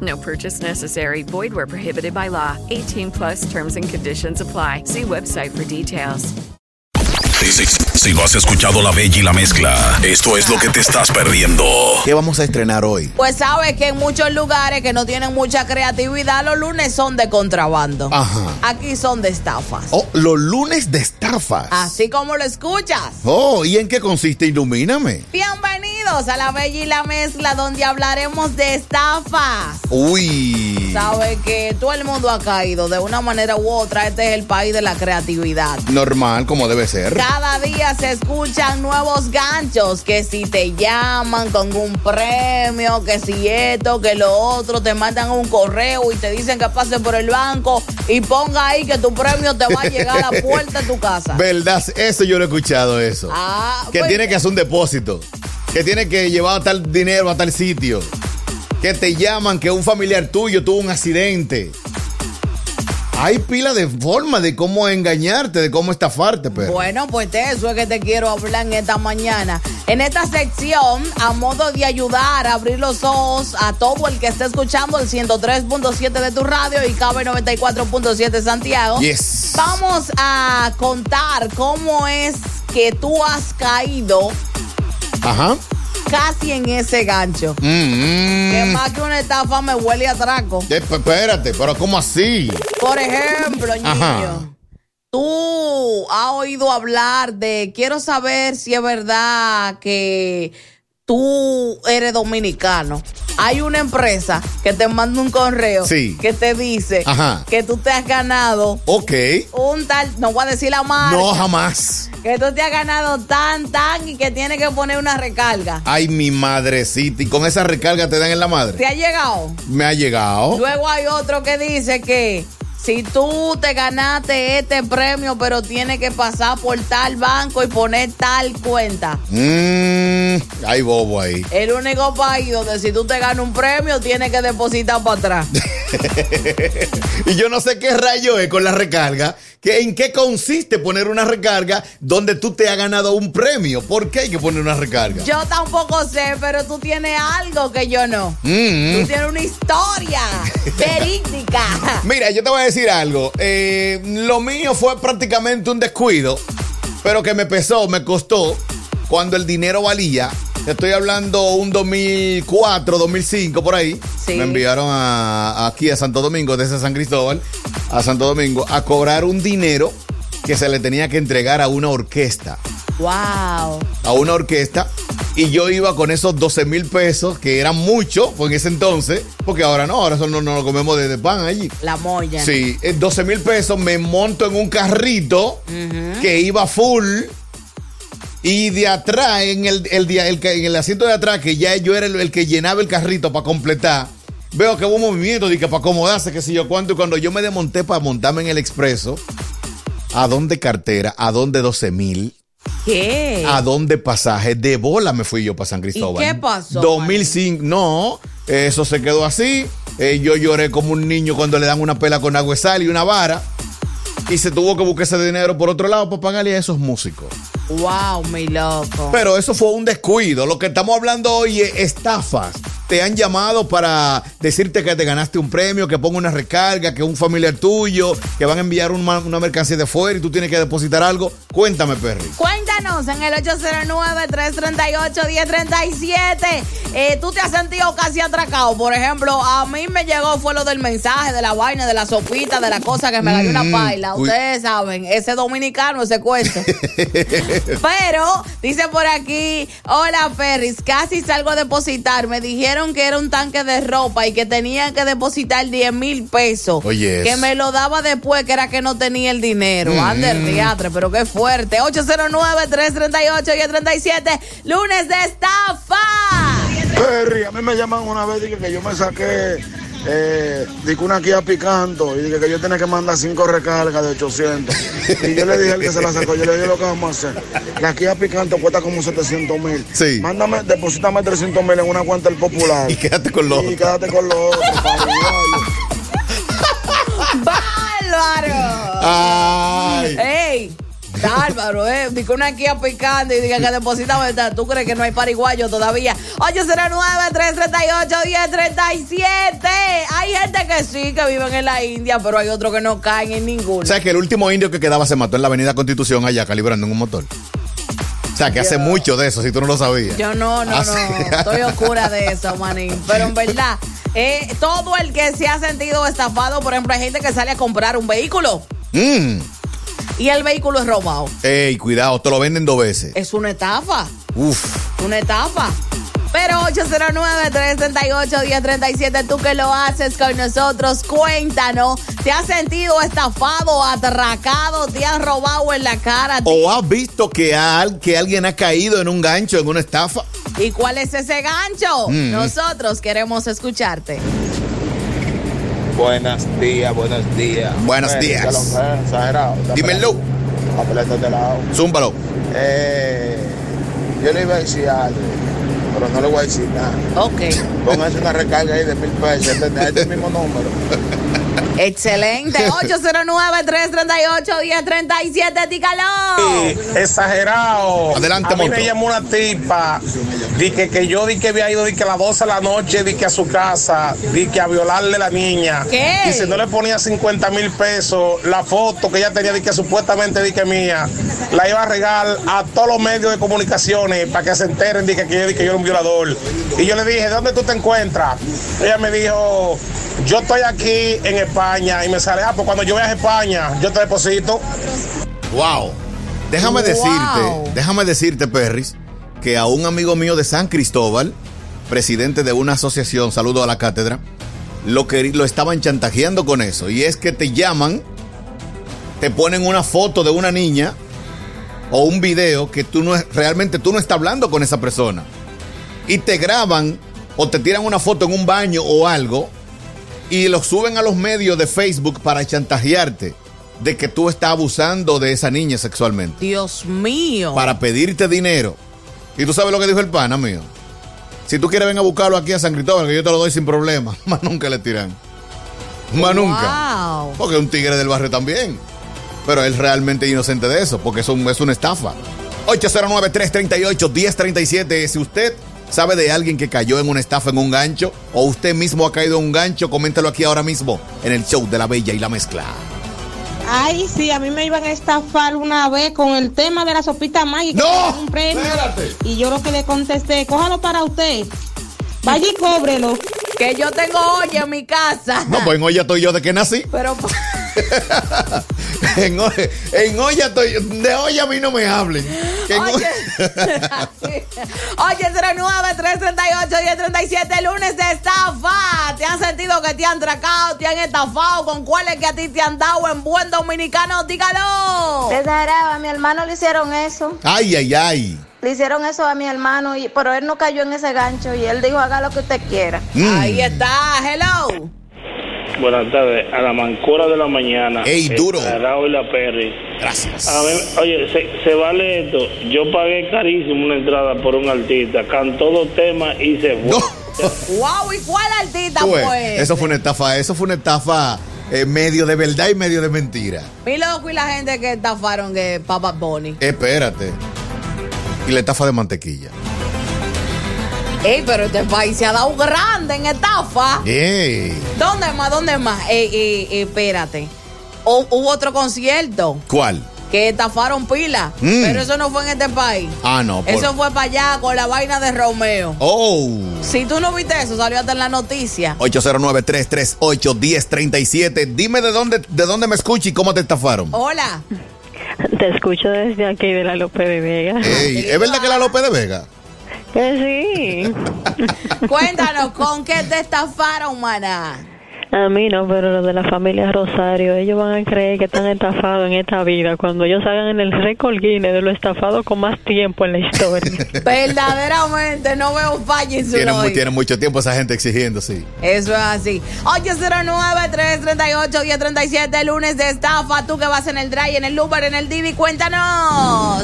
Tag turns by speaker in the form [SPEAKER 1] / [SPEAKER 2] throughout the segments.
[SPEAKER 1] No purchase necessary. Void where prohibited by law. 18 plus terms and conditions apply. See website for details.
[SPEAKER 2] Si, si, si no has escuchado La Bella y la Mezcla, esto es lo que te estás perdiendo.
[SPEAKER 3] ¿Qué vamos a estrenar hoy?
[SPEAKER 4] Pues sabes que en muchos lugares que no tienen mucha creatividad, los lunes son de contrabando.
[SPEAKER 3] Ajá.
[SPEAKER 4] Aquí son de estafas.
[SPEAKER 3] Oh, los lunes de estafas.
[SPEAKER 4] Así como lo escuchas.
[SPEAKER 3] Oh, ¿y en qué consiste? Ilumíname.
[SPEAKER 4] Bienvenidos a La Bella y la Mezcla, donde hablaremos de estafas.
[SPEAKER 3] Uy.
[SPEAKER 4] Sabes que todo el mundo ha caído de una manera u otra. Este es el país de la creatividad.
[SPEAKER 3] Normal, como debe ser.
[SPEAKER 4] Cada día se escuchan nuevos ganchos, que si te llaman con un premio, que si esto, que lo otro, te mandan un correo y te dicen que pase por el banco y ponga ahí que tu premio te va a llegar a la puerta de tu casa.
[SPEAKER 3] ¿Verdad? Eso yo lo he escuchado, eso.
[SPEAKER 4] Ah,
[SPEAKER 3] que
[SPEAKER 4] pues-
[SPEAKER 3] tiene que hacer un depósito. Que tiene que llevar tal dinero a tal sitio. Que te llaman que un familiar tuyo tuvo un accidente. Hay pila de formas de cómo engañarte, de cómo estafarte, pero.
[SPEAKER 4] Bueno, pues de eso es que te quiero hablar en esta mañana. En esta sección, a modo de ayudar a abrir los ojos a todo el que esté escuchando el 103.7 de tu radio y cabe 94.7 Santiago.
[SPEAKER 3] Yes.
[SPEAKER 4] Vamos a contar cómo es que tú has caído
[SPEAKER 3] Ajá.
[SPEAKER 4] casi en ese gancho.
[SPEAKER 3] Mm, mm.
[SPEAKER 4] Que más que una estafa me huele a traco.
[SPEAKER 3] Eh, p- Espérate, pero ¿cómo así?
[SPEAKER 4] Por ejemplo, niño,
[SPEAKER 3] Ajá.
[SPEAKER 4] tú has oído hablar de, quiero saber si es verdad que tú eres dominicano. Hay una empresa que te manda un correo
[SPEAKER 3] Sí.
[SPEAKER 4] que te dice
[SPEAKER 3] Ajá.
[SPEAKER 4] que tú te has ganado
[SPEAKER 3] Ok.
[SPEAKER 4] un tal, no voy a decir la marca,
[SPEAKER 3] No, jamás.
[SPEAKER 4] que tú te has ganado tan, tan y que tienes que poner una recarga.
[SPEAKER 3] Ay, mi madrecita. ¿Y con esa recarga te dan en la madre?
[SPEAKER 4] ¿Te ha llegado?
[SPEAKER 3] Me ha llegado.
[SPEAKER 4] Luego hay otro que dice que si tú te ganaste este premio, pero tienes que pasar por tal banco y poner tal cuenta.
[SPEAKER 3] Mm, hay bobo ahí.
[SPEAKER 4] El único país donde si tú te ganas un premio, tienes que depositar para atrás.
[SPEAKER 3] Y yo no sé qué rayo es con la recarga. Que, ¿En qué consiste poner una recarga donde tú te has ganado un premio? ¿Por qué hay que poner una recarga?
[SPEAKER 4] Yo tampoco sé, pero tú tienes algo que yo no.
[SPEAKER 3] Mm,
[SPEAKER 4] Tú
[SPEAKER 3] mm.
[SPEAKER 4] tienes una historia verídica.
[SPEAKER 3] Mira, yo te voy a decir algo. Eh, lo mío fue prácticamente un descuido, pero que me pesó, me costó cuando el dinero valía. Te Estoy hablando un 2004, 2005, por ahí.
[SPEAKER 4] Sí.
[SPEAKER 3] Me enviaron a- aquí a Santo Domingo, desde San Cristóbal, a Santo Domingo, a cobrar un dinero que se le tenía que entregar a una orquesta
[SPEAKER 4] Wow.
[SPEAKER 3] a una orquesta y yo iba con esos 12 mil pesos, que eran mucho pues, en ese entonces, porque ahora no, ahora eso no, no lo comemos de, de pan allí.
[SPEAKER 4] La moya.
[SPEAKER 3] Sí, eh, 12 mil pesos me monto en un carrito que iba full y de atrás, en el, el, de- el que- en el asiento de atrás, que ya yo era el, el que llenaba el carrito para completar, veo que hubo un movimiento de que para acomodarse, qué sé yo cuánto, y cuando yo me desmonté para montarme en el expreso, ¿a dónde cartera? ¿A dónde 12 mil?
[SPEAKER 4] ¿Qué?
[SPEAKER 3] ¿A dónde pasaje? De bola me fui yo para San Cristóbal.
[SPEAKER 4] qué pasó,
[SPEAKER 3] 2005. No, eso se quedó así. Eh, yo lloré como un niño cuando le dan una pela con agua y sal y una vara. Y se tuvo que buscar ese dinero por otro lado para pagarle a esos músicos.
[SPEAKER 4] Wow, mi loco.
[SPEAKER 3] Pero eso fue un descuido. Lo que estamos hablando hoy es estafas. te han llamado para decirte que te ganaste un premio, que ponga una recarga, que un familiar tuyo, que van a enviar un ma- una mercancía de fuera y tú tienes que depositar algo. Cuéntame, Perry.
[SPEAKER 4] Cuéntanos en el 809-338-1037. Eh, ¿Tú te has sentido casi atracado? Por ejemplo, a mí me llegó fue lo del mensaje, de la vaina, de la sopita, de la cosa que me cayó una paila.
[SPEAKER 3] uy.
[SPEAKER 4] Ustedes saben, ese dominicano, ese cuento. Pero dice por aquí, hola Ferris, casi salgo a depositar. Me dijeron que era un tanque de ropa y que tenía que depositar 10 mil pesos.
[SPEAKER 3] Oye,
[SPEAKER 4] Que
[SPEAKER 3] es. Mm.
[SPEAKER 4] me lo daba después, que era que no tenía el dinero. Anda el diatre, pero qué fuerte. 809-338-1037, lunes de estafa.
[SPEAKER 5] Perry, a mí me llaman una vez dije que yo me saqué eh, dije una Kia Picanto y dije que yo tenía que mandar cinco recargas de 800. Y yo le dije al que se la sacó, yo le dije lo que vamos a hacer. La Kia Picanto cuesta como 700 mil.
[SPEAKER 3] Sí.
[SPEAKER 5] Mándame, deposítame 300 mil en una cuenta del Popular.
[SPEAKER 3] Y quédate con los.
[SPEAKER 5] Y quédate con los otros. padre, guayo.
[SPEAKER 4] ¡Bárbaro! Eh.
[SPEAKER 3] Ay.
[SPEAKER 4] ¡Ey! Bárbaro, eh. Dice una Kia picando y diga que deposita ¿verdad? ¿Tú crees que no hay pariguayo todavía? 809-338-1037. Hay gente que sí, que viven en la India, pero hay otros que no caen en ninguno.
[SPEAKER 3] O sea que el último indio que quedaba se mató en la Avenida Constitución allá calibrando en un motor. O sea que hace mucho de eso, si tú no lo sabías.
[SPEAKER 4] Yo no, no,
[SPEAKER 3] Así-
[SPEAKER 4] no. Estoy oscura de eso, manín. Pero en verdad, eh, todo el que se ha sentido estafado, por ejemplo, hay gente que sale a comprar un vehículo
[SPEAKER 3] Mm.
[SPEAKER 4] y el vehículo es robado.
[SPEAKER 3] Ey, cuidado, te lo venden dos veces.
[SPEAKER 4] Es una estafa.
[SPEAKER 3] Uf.
[SPEAKER 4] una etapa. Pero 809-338-1037, tú que lo haces con nosotros, cuéntanos. ¿Te has sentido estafado, atracado, te han robado en la cara?
[SPEAKER 3] ¿O has visto que, al- que alguien ha caído en un gancho, en una estafa?
[SPEAKER 4] ¿Y cuál es ese gancho?
[SPEAKER 3] Mm.
[SPEAKER 4] Nosotros queremos escucharte.
[SPEAKER 6] Buenos días, buenos días.
[SPEAKER 3] Buenos
[SPEAKER 6] Bueno,
[SPEAKER 3] días.
[SPEAKER 6] ya lo sé, Exagerado.
[SPEAKER 3] Dímelo.
[SPEAKER 6] Papeletas de lado.
[SPEAKER 3] Zúmbalo.
[SPEAKER 6] Eh, yo le iba a decir algo, pero no le voy a decir nada.
[SPEAKER 4] Ok,
[SPEAKER 6] Póngase una recarga ahí de mil pesos. Este, este es el mismo número.
[SPEAKER 4] excelente. 809-338-1037, dígalo.
[SPEAKER 3] Eh.
[SPEAKER 7] Exagerado.
[SPEAKER 3] Adelante,
[SPEAKER 7] A mí me
[SPEAKER 3] Moncho.
[SPEAKER 7] llamó una tipa. Dije que yo di que había ido di que a las 12 de la noche, di que a su casa, di que a violarle a la niña.
[SPEAKER 4] ¿Qué?
[SPEAKER 7] Y si no le ponía 50 mil pesos, la foto que ella tenía di que supuestamente di que mía, la iba a regalar a todos los medios de comunicaciones para que se enteren de que, que yo, di que yo era un violador. Y yo le dije, ¿dónde tú te encuentras? Ella me dijo, yo estoy aquí en España. Y me sale, ah, pues cuando yo vaya a España, yo te deposito.
[SPEAKER 3] Wow. Déjame
[SPEAKER 4] Wow.
[SPEAKER 3] decirte, déjame decirte, Perris, que a un amigo mío de San Cristóbal, presidente de una asociación, saludo a la cátedra, lo, queri- lo estaban chantajeando con eso. Y es que te llaman, te ponen una foto de una niña o un video que tú no es- realmente tú no estás hablando con esa persona. Y te graban o te tiran una foto en un baño o algo y lo suben a los medios de Facebook para chantajearte de que tú estás abusando de esa niña sexualmente.
[SPEAKER 4] Dios mío.
[SPEAKER 3] Para pedirte dinero. Y tú sabes lo que dijo el pana, mío. Si tú quieres, ven a buscarlo aquí a San Cristóbal, que yo te lo doy sin problema. Más nunca le tiran. Más nunca.
[SPEAKER 4] Wow.
[SPEAKER 3] Porque es un tigre del barrio también. Pero él realmente es inocente de eso, porque es, un- es una estafa. 809-338-1037. Si usted sabe de alguien que cayó en una estafa, en un gancho, o usted mismo ha caído en un gancho, coméntalo aquí ahora mismo en el show de la Bella y la Mezcla.
[SPEAKER 8] Ay, sí, a mí me iban a estafar una vez con el tema de la sopita mágica.
[SPEAKER 3] ¡No!
[SPEAKER 8] que era Un premio. Y yo lo que le contesté, cójalo para usted. Vaya y cóbrelo.
[SPEAKER 4] Que yo tengo hoy en mi casa.
[SPEAKER 3] No, pues en olla estoy yo de que nací.
[SPEAKER 4] Pero
[SPEAKER 3] en, o- en olla estoy yo. De olla a mí no me hablen. Que en
[SPEAKER 4] Oye,
[SPEAKER 3] olla-
[SPEAKER 4] oye 09-338-1037, lunes de estafa. ¿Te han sentido que te han tracado, te han estafado? ¿Con cuáles que a ti te han dado en buen dominicano? Dígalo.
[SPEAKER 8] Exageraba, a mi hermano le hicieron eso.
[SPEAKER 3] ay, ay, ay.
[SPEAKER 8] Le hicieron eso a mi hermano, y, pero él no cayó en ese gancho y él dijo, haga lo que usted quiera.
[SPEAKER 3] Mm.
[SPEAKER 4] Ahí está, hello.
[SPEAKER 9] Buenas tardes, a la mancora de la mañana.
[SPEAKER 3] Ey, duro.
[SPEAKER 9] Eh, Raúl y la Perry.
[SPEAKER 3] Gracias.
[SPEAKER 9] A ver, oye, se, se vale esto. Yo pagué carísimo una entrada por un artista, cantó dos temas y se fue.
[SPEAKER 3] No.
[SPEAKER 4] Wow, ¿y cuál artista
[SPEAKER 3] Tú ves,
[SPEAKER 4] fue?
[SPEAKER 3] Eso fue una estafa. Eso fue una estafa eh, medio de verdad y medio de mentira.
[SPEAKER 4] Mi loco y la gente que estafaron de Papa Bonnie.
[SPEAKER 3] Espérate. Y la estafa de mantequilla.
[SPEAKER 4] Ey, pero este país se ha dado grande en estafa.
[SPEAKER 3] Ey.
[SPEAKER 4] ¿Dónde más? ¿Dónde más? Ey, ey, ey, espérate. Hu- hubo otro concierto
[SPEAKER 3] ¿Cuál?
[SPEAKER 4] que estafaron pila,
[SPEAKER 3] Mm.
[SPEAKER 4] pero eso no fue en este país.
[SPEAKER 3] Ah, no. por-
[SPEAKER 4] Eso fue para allá con la vaina de Romeo.
[SPEAKER 3] Oh.
[SPEAKER 4] Si tú no viste eso, salió hasta en la noticia.
[SPEAKER 3] 809-338-1037. Dime de dónde, de dónde me escuchas y cómo te estafaron.
[SPEAKER 4] Hola.
[SPEAKER 10] Te escucho desde aquí de la Lope de Vega.
[SPEAKER 3] Ey, ¿Es verdad que la López de Vega?
[SPEAKER 10] Eh,
[SPEAKER 4] Cuéntanos, ¿con qué te estafaron, maná?
[SPEAKER 10] sí, a mí no, pero los de la familia Rosario, ellos van a creer que están estafados en esta vida cuando ellos hagan el récord Guinness de lo estafado con más tiempo en la historia.
[SPEAKER 4] Verdaderamente no veo falla en su
[SPEAKER 3] Tiene, mu-
[SPEAKER 4] lógica.
[SPEAKER 3] tiene mucho tiempo esa gente exigiendo, sí.
[SPEAKER 4] Eso es así. 809-338-1037, lunes de estafa. Tú que vas en el Drive, en el Uber, en el Divi, cuéntanos.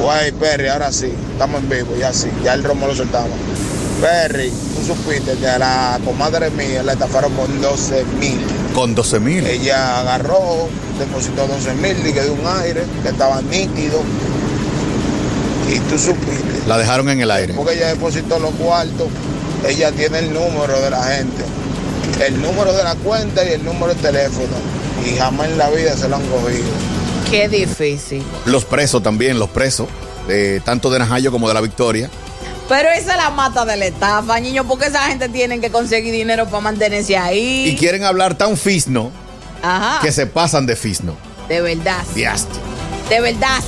[SPEAKER 6] Guay, Perry, ahora sí, estamos en vivo, ya sí, ya el romo lo soltamos. Perry, tú supiste que a la comadre mía la estafaron con 12 mil.
[SPEAKER 3] Con 12 mil.
[SPEAKER 6] Ella agarró, depositó 12 mil, dije de un aire, que estaba nítido. Y tú supiste.
[SPEAKER 3] La dejaron en el aire.
[SPEAKER 6] Porque ella depositó los cuartos, ella tiene el número de la gente, el número de la cuenta y el número de teléfono. Y jamás en la vida se lo han cogido.
[SPEAKER 4] Qué difícil.
[SPEAKER 3] Los presos también, los presos. eh, tanto de Najayo como de la Victoria.
[SPEAKER 4] Pero esa es la mata de la estafa, niño, porque esa gente tiene que conseguir dinero para mantenerse
[SPEAKER 3] Y
[SPEAKER 4] ahí.
[SPEAKER 3] quieren hablar tan fisno
[SPEAKER 4] Ajá.
[SPEAKER 3] que se pasan de fisno.
[SPEAKER 4] De verdad.
[SPEAKER 3] Diaste.
[SPEAKER 4] De verdad.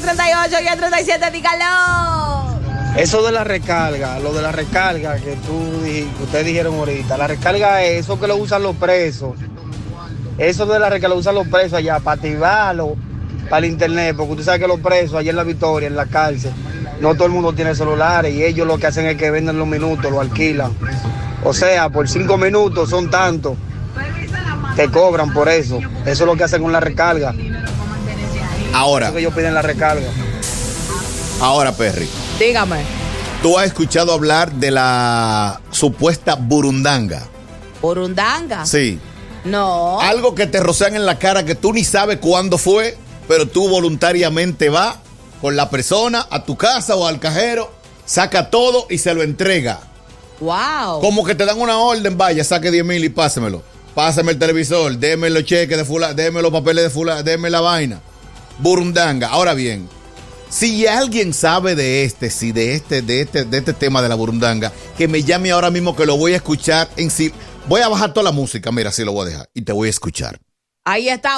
[SPEAKER 4] 809-338-1037, dígalo.
[SPEAKER 11] Eso de la recarga, lo de la recarga que tú dij- que ustedes dijeron ahorita, la recarga es eso que lo usan los presos. Eso de la recarga lo usan los presos allá para activarlo para el internet, porque tú sabes que los presos allá en la Victoria, en la cárcel, no todo el mundo tiene celulares y ellos lo que hacen es que venden los minutos, lo alquilan. O sea, por cinco minutos son tantos. Te cobran por eso. Eso es lo que hacen con la recarga.
[SPEAKER 3] Ahora.
[SPEAKER 11] Eso que ellos piden la recarga.
[SPEAKER 3] Ahora, Perry,
[SPEAKER 4] Dígame.
[SPEAKER 3] tú has escuchado hablar de la supuesta burundanga.
[SPEAKER 4] Burundanga.
[SPEAKER 3] Sí.
[SPEAKER 4] No.
[SPEAKER 3] Algo que te rocean en la cara que tú ni sabes cuándo fue, pero tú voluntariamente vas con la persona a tu casa o al cajero, saca todo y se lo entrega.
[SPEAKER 4] Wow.
[SPEAKER 3] Como que te dan una orden, vaya, saque 10 mil y pásemelo. Pásame el televisor, déme los cheques de fulano, déme los papeles de fulano, déme la vaina. Burundanga. Ahora bien, si alguien sabe de este, si de este, de este, de este tema de la burundanga, que me llame ahora mismo que lo voy a escuchar en sí. Voy a bajar toda la música, mira, si lo voy a dejar. Y te voy a escuchar.
[SPEAKER 4] Ahí está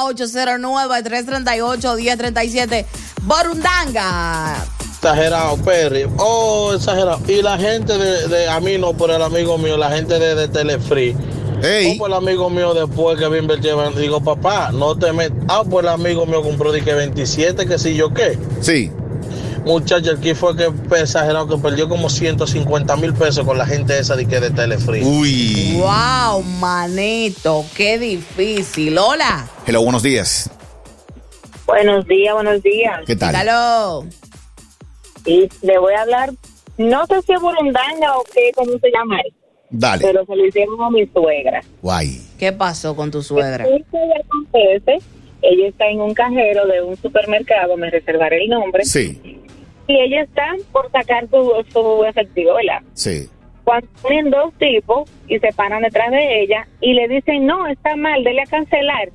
[SPEAKER 4] 809-338-1037. Borundanga.
[SPEAKER 12] Exagerado, Perry. Oh, exagerado. Y la gente de, de- a mí no por el amigo mío, la gente de, de Telefree.
[SPEAKER 3] Ey.
[SPEAKER 12] O por el amigo mío después que vi invertir, digo, papá, no te metas. Ah, por el amigo mío compró de que 27, que sí, yo qué.
[SPEAKER 3] Sí.
[SPEAKER 12] Muchacho, aquí fue que exagerado, que perdió como 150 mil pesos con la gente esa de que de Telefree.
[SPEAKER 3] Uy.
[SPEAKER 4] Wow, manito, qué difícil. Hola.
[SPEAKER 3] Hello, buenos días.
[SPEAKER 13] Buenos días, buenos días.
[SPEAKER 3] ¿Qué tal?
[SPEAKER 4] Hello.
[SPEAKER 13] Y le voy a hablar, no sé si es burundanga o qué, cómo se llama.
[SPEAKER 3] Dale.
[SPEAKER 13] Pero se lo hicieron a mi suegra.
[SPEAKER 3] Guay.
[SPEAKER 4] ¿Qué pasó con tu suegra?
[SPEAKER 13] Eso ya acontece. Ella está en un cajero de un supermercado, me reservaré el nombre.
[SPEAKER 3] Sí,
[SPEAKER 13] Y ella está por sacar su, su efectivo, ¿verdad?
[SPEAKER 3] sí.
[SPEAKER 13] Cuando vienen dos tipos y se paran detrás de ella y le dicen, no, está mal, dele a cancelar.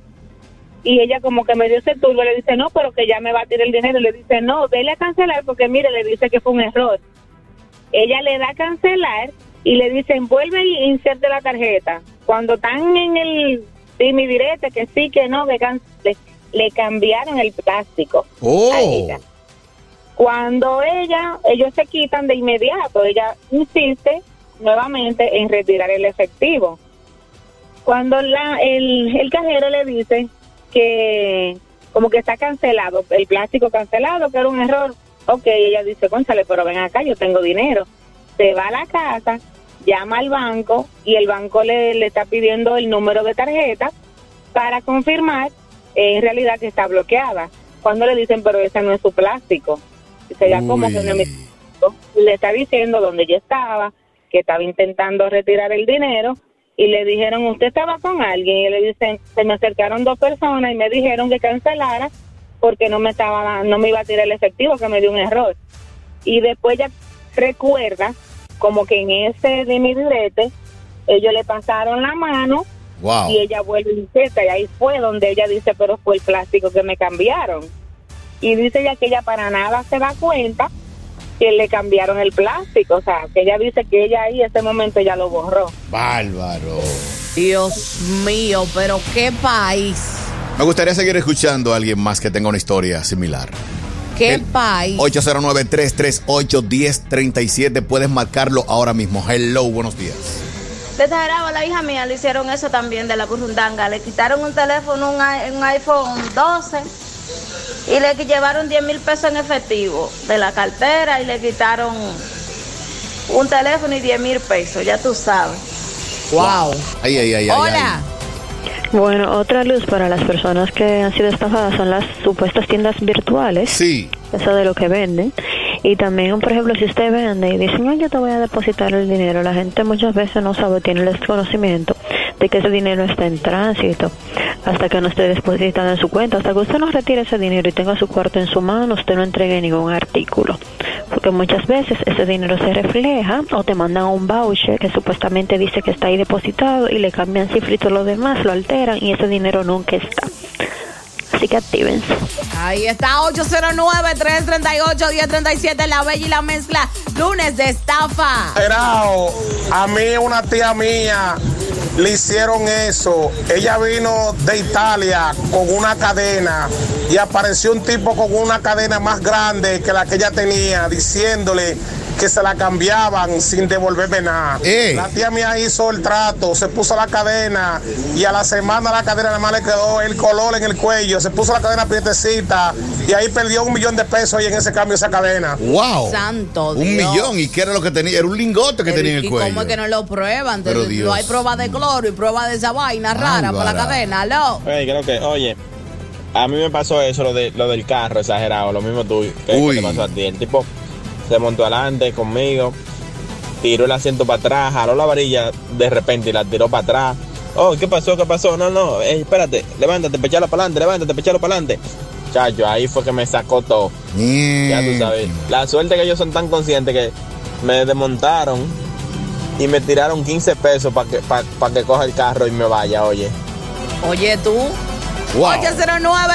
[SPEAKER 13] Y ella como que me dio ese turbo, le dice, no, pero que ya me va a tirar el dinero. Y le dice, no, dele a cancelar porque mire, le dice que fue un error. Ella le da a cancelar y le dicen, vuelve y inserte la tarjeta. Cuando están en el mi directa, que sí, que no, que cancele, le cambiaron el plástico.
[SPEAKER 3] Oh.
[SPEAKER 13] Cuando ella, ellos se quitan de inmediato, ella insiste nuevamente en retirar el efectivo. Cuando la, el, el cajero le dice que como que está cancelado, el plástico cancelado, que era un error, ok, ella dice, cónchale, pero ven acá, yo tengo dinero. Se va a la casa, llama al banco y el banco le, le está pidiendo el número de tarjeta para confirmar eh, en realidad que está bloqueada. Cuando le dicen, pero esa no es su plástico. Dice, ya como que no es mi plástico. Le está diciendo dónde yo estaba, que estaba intentando retirar el dinero. Y le dijeron, usted estaba con alguien. Y le dicen, se me acercaron dos personas y me dijeron que cancelara porque no me estaba, no me iba a tirar el efectivo, que me dio un error. Y después ya recuerda como que en ese de mi direte ellos le pasaron la mano
[SPEAKER 3] Wow.
[SPEAKER 13] y ella vuelve y seca y ahí fue donde ella dice pero fue el plástico que me cambiaron y dice ella que ella para nada se da cuenta que le cambiaron el plástico o sea que ella dice que ella ahí ese momento ya lo borró
[SPEAKER 3] Bárbaro.
[SPEAKER 4] Dios mío, pero qué país.
[SPEAKER 3] Me gustaría seguir escuchando a alguien más que tenga una historia similar.
[SPEAKER 4] Qué país.
[SPEAKER 3] 809-338-1037. Puedes marcarlo ahora mismo. Hello, buenos días.
[SPEAKER 14] Desde Jarabo, la hija mía, le hicieron eso también de la currundanga. Le quitaron un teléfono, un, i- un iPhone 12, y le qui- llevaron 10 mil pesos en efectivo de la cartera y le quitaron un teléfono y 10 mil pesos, ya tú sabes.
[SPEAKER 4] Wow.
[SPEAKER 3] Ay, ay, ay, ay, ay.
[SPEAKER 10] Bueno, otra luz para las personas que han sido estafadas son las supuestas tiendas virtuales.
[SPEAKER 3] Sí.
[SPEAKER 10] Eso de lo que venden. Y también, por ejemplo, si usted vende y dicen, "Ay, yo te voy a depositar el dinero, la gente muchas veces no sabe, tiene el desconocimiento de que ese dinero está en tránsito. Hasta que no esté depositado en su cuenta, hasta que usted no retire ese dinero y tenga su cuarto en su mano, usted no entregue ningún artículo. Porque muchas veces ese dinero se refleja o te mandan un voucher que supuestamente dice que está ahí depositado y le cambian cifrito lo demás, lo alteran y ese dinero nunca está. Así que actívense.
[SPEAKER 4] Ahí está 809-338-1037, la bella y la mezcla, lunes de estafa.
[SPEAKER 7] Exagerado. A mí, una tía mía, le hicieron eso. Ella vino de Italia con una cadena y apareció un tipo con una cadena más grande que la que ella tenía, diciéndole que se la cambiaban sin devolverme nada.
[SPEAKER 3] Ey.
[SPEAKER 7] La tía mía hizo el trato, se puso la cadena y a la semana la cadena nada más le quedó el color en el cuello, se puso la cadena prietecita y ahí perdió un millón de pesos y en ese cambio esa cadena.
[SPEAKER 3] Wow.
[SPEAKER 4] Santo
[SPEAKER 3] Oh, Un
[SPEAKER 4] Dios.
[SPEAKER 3] millón. ¿Y qué era lo que tenía? Era un lingote que tenía en el
[SPEAKER 4] ¿Y
[SPEAKER 3] cuello.
[SPEAKER 4] cómo es que no lo prueban?
[SPEAKER 3] Pero
[SPEAKER 4] Entonces,
[SPEAKER 3] Dios.
[SPEAKER 4] No hay prueba de cloro y prueba de esa vaina rara por la
[SPEAKER 15] Bárbara.
[SPEAKER 4] cadena, ¿no?
[SPEAKER 15] Oye, creo que, oye, a mí me pasó eso, lo, de, lo del carro exagerado, lo mismo tú, que, que te pasó a ti. El tipo se montó adelante conmigo, tiró el asiento para atrás, jaló la varilla de repente y la tiró para atrás. Oh, ¿qué pasó? ¿Qué pasó? No, no, eh, espérate, levántate, pechala para adelante, levántate, pechala para adelante. Chacho, ahí fue que me sacó todo. Ya tú sabes. La suerte que ellos son tan conscientes que me desmontaron y me tiraron 15 pesos para que, pa- pa' que coja el carro y me vaya, oye.
[SPEAKER 4] Oye, tú.
[SPEAKER 15] Wow.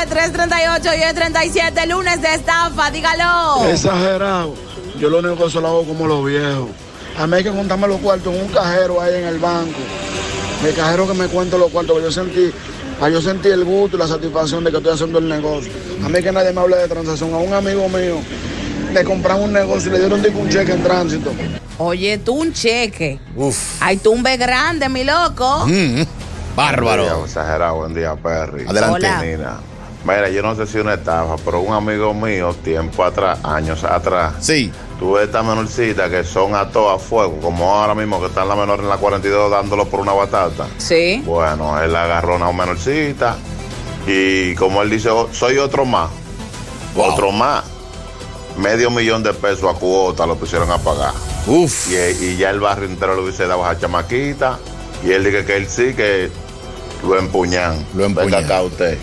[SPEAKER 4] 809-338-1037, lunes de estafa, dígalo.
[SPEAKER 5] Exagerado. Yo lo único que se lo hago como los viejos. A mí hay que contarme los cuartos en un cajero ahí en el banco. El cajero que me cuente los cuartos, que yo sentí, ah, yo sentí el gusto y la satisfacción de que estoy haciendo el negocio. A mí que nadie me hable de transacción. A un amigo mío le compraron un negocio y le dieron tipo, un cheque en tránsito.
[SPEAKER 4] Oye, tú un cheque. Ay, tumbe grande, mi loco.
[SPEAKER 3] Mm. Bárbaro.
[SPEAKER 16] Buen día, exagerado, buen día, Perry.
[SPEAKER 4] Adelante. Hola.
[SPEAKER 16] Nina. Mira, yo no sé si una estafa, pero un amigo mío, tiempo atrás, años atrás,
[SPEAKER 3] sí.
[SPEAKER 16] tuve estas menorcitas que son a todo a fuego, como ahora mismo que están la menor en la 42 dándolo por una batata.
[SPEAKER 4] Sí.
[SPEAKER 16] Bueno, él agarró una menorcita y como él dice, "Oh, soy otro más. Otro más. Medio millón de pesos a cuota lo pusieron a pagar.
[SPEAKER 3] Uf.
[SPEAKER 16] Y, eh, y ya el barrio entero le hubiese dado a esa chamaquita. Y él dice que él sí que lo empuñan. Lo empuñan. acá usted.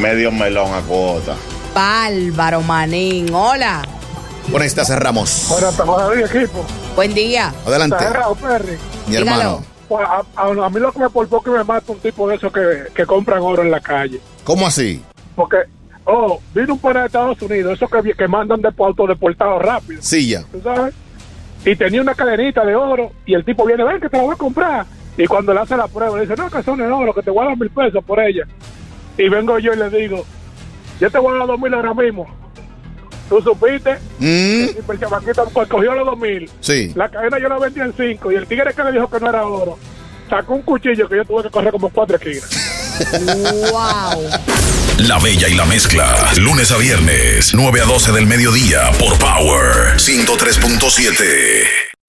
[SPEAKER 16] Medio melón a cuota.
[SPEAKER 4] Bárbaro Manín, hola.
[SPEAKER 3] Con esta cerramos.
[SPEAKER 17] Buenos días, equipo.
[SPEAKER 4] Buen día.
[SPEAKER 3] Adelante.
[SPEAKER 17] Exagerado, Perry.
[SPEAKER 3] Mi hermano.
[SPEAKER 17] Pues, A, a- a mí lo que me polvó que me mata un tipo de esos que, que compran oro en la calle.
[SPEAKER 3] ¿Cómo así?
[SPEAKER 17] Porque, oh, vino un pana de Estados Unidos, esos que, vi- que mandan de autodeportados rápido.
[SPEAKER 3] Silla.
[SPEAKER 17] ¿tú sabes? Y tenía una cadenita de oro y el tipo viene, ven que te la voy a comprar. Y cuando le hace la prueba, le dice, no, que son de oro, que te voy a dar mil pesos por ella. Y vengo yo y le digo, yo te voy a dar dos mil ahora mismo. Tú supiste,
[SPEAKER 3] Mm,
[SPEAKER 17] Y el chamaquito co- cogió los dos mil.
[SPEAKER 3] Sí.
[SPEAKER 17] La cadena yo la vendí en cinco y el tigre que le dijo que no era oro, sacó un cuchillo que yo tuve que correr como cuatro esquinas.
[SPEAKER 4] wow.
[SPEAKER 2] La Bella y la Mezcla. Lunes a viernes, 9 a 12 del mediodía por Power 103.7.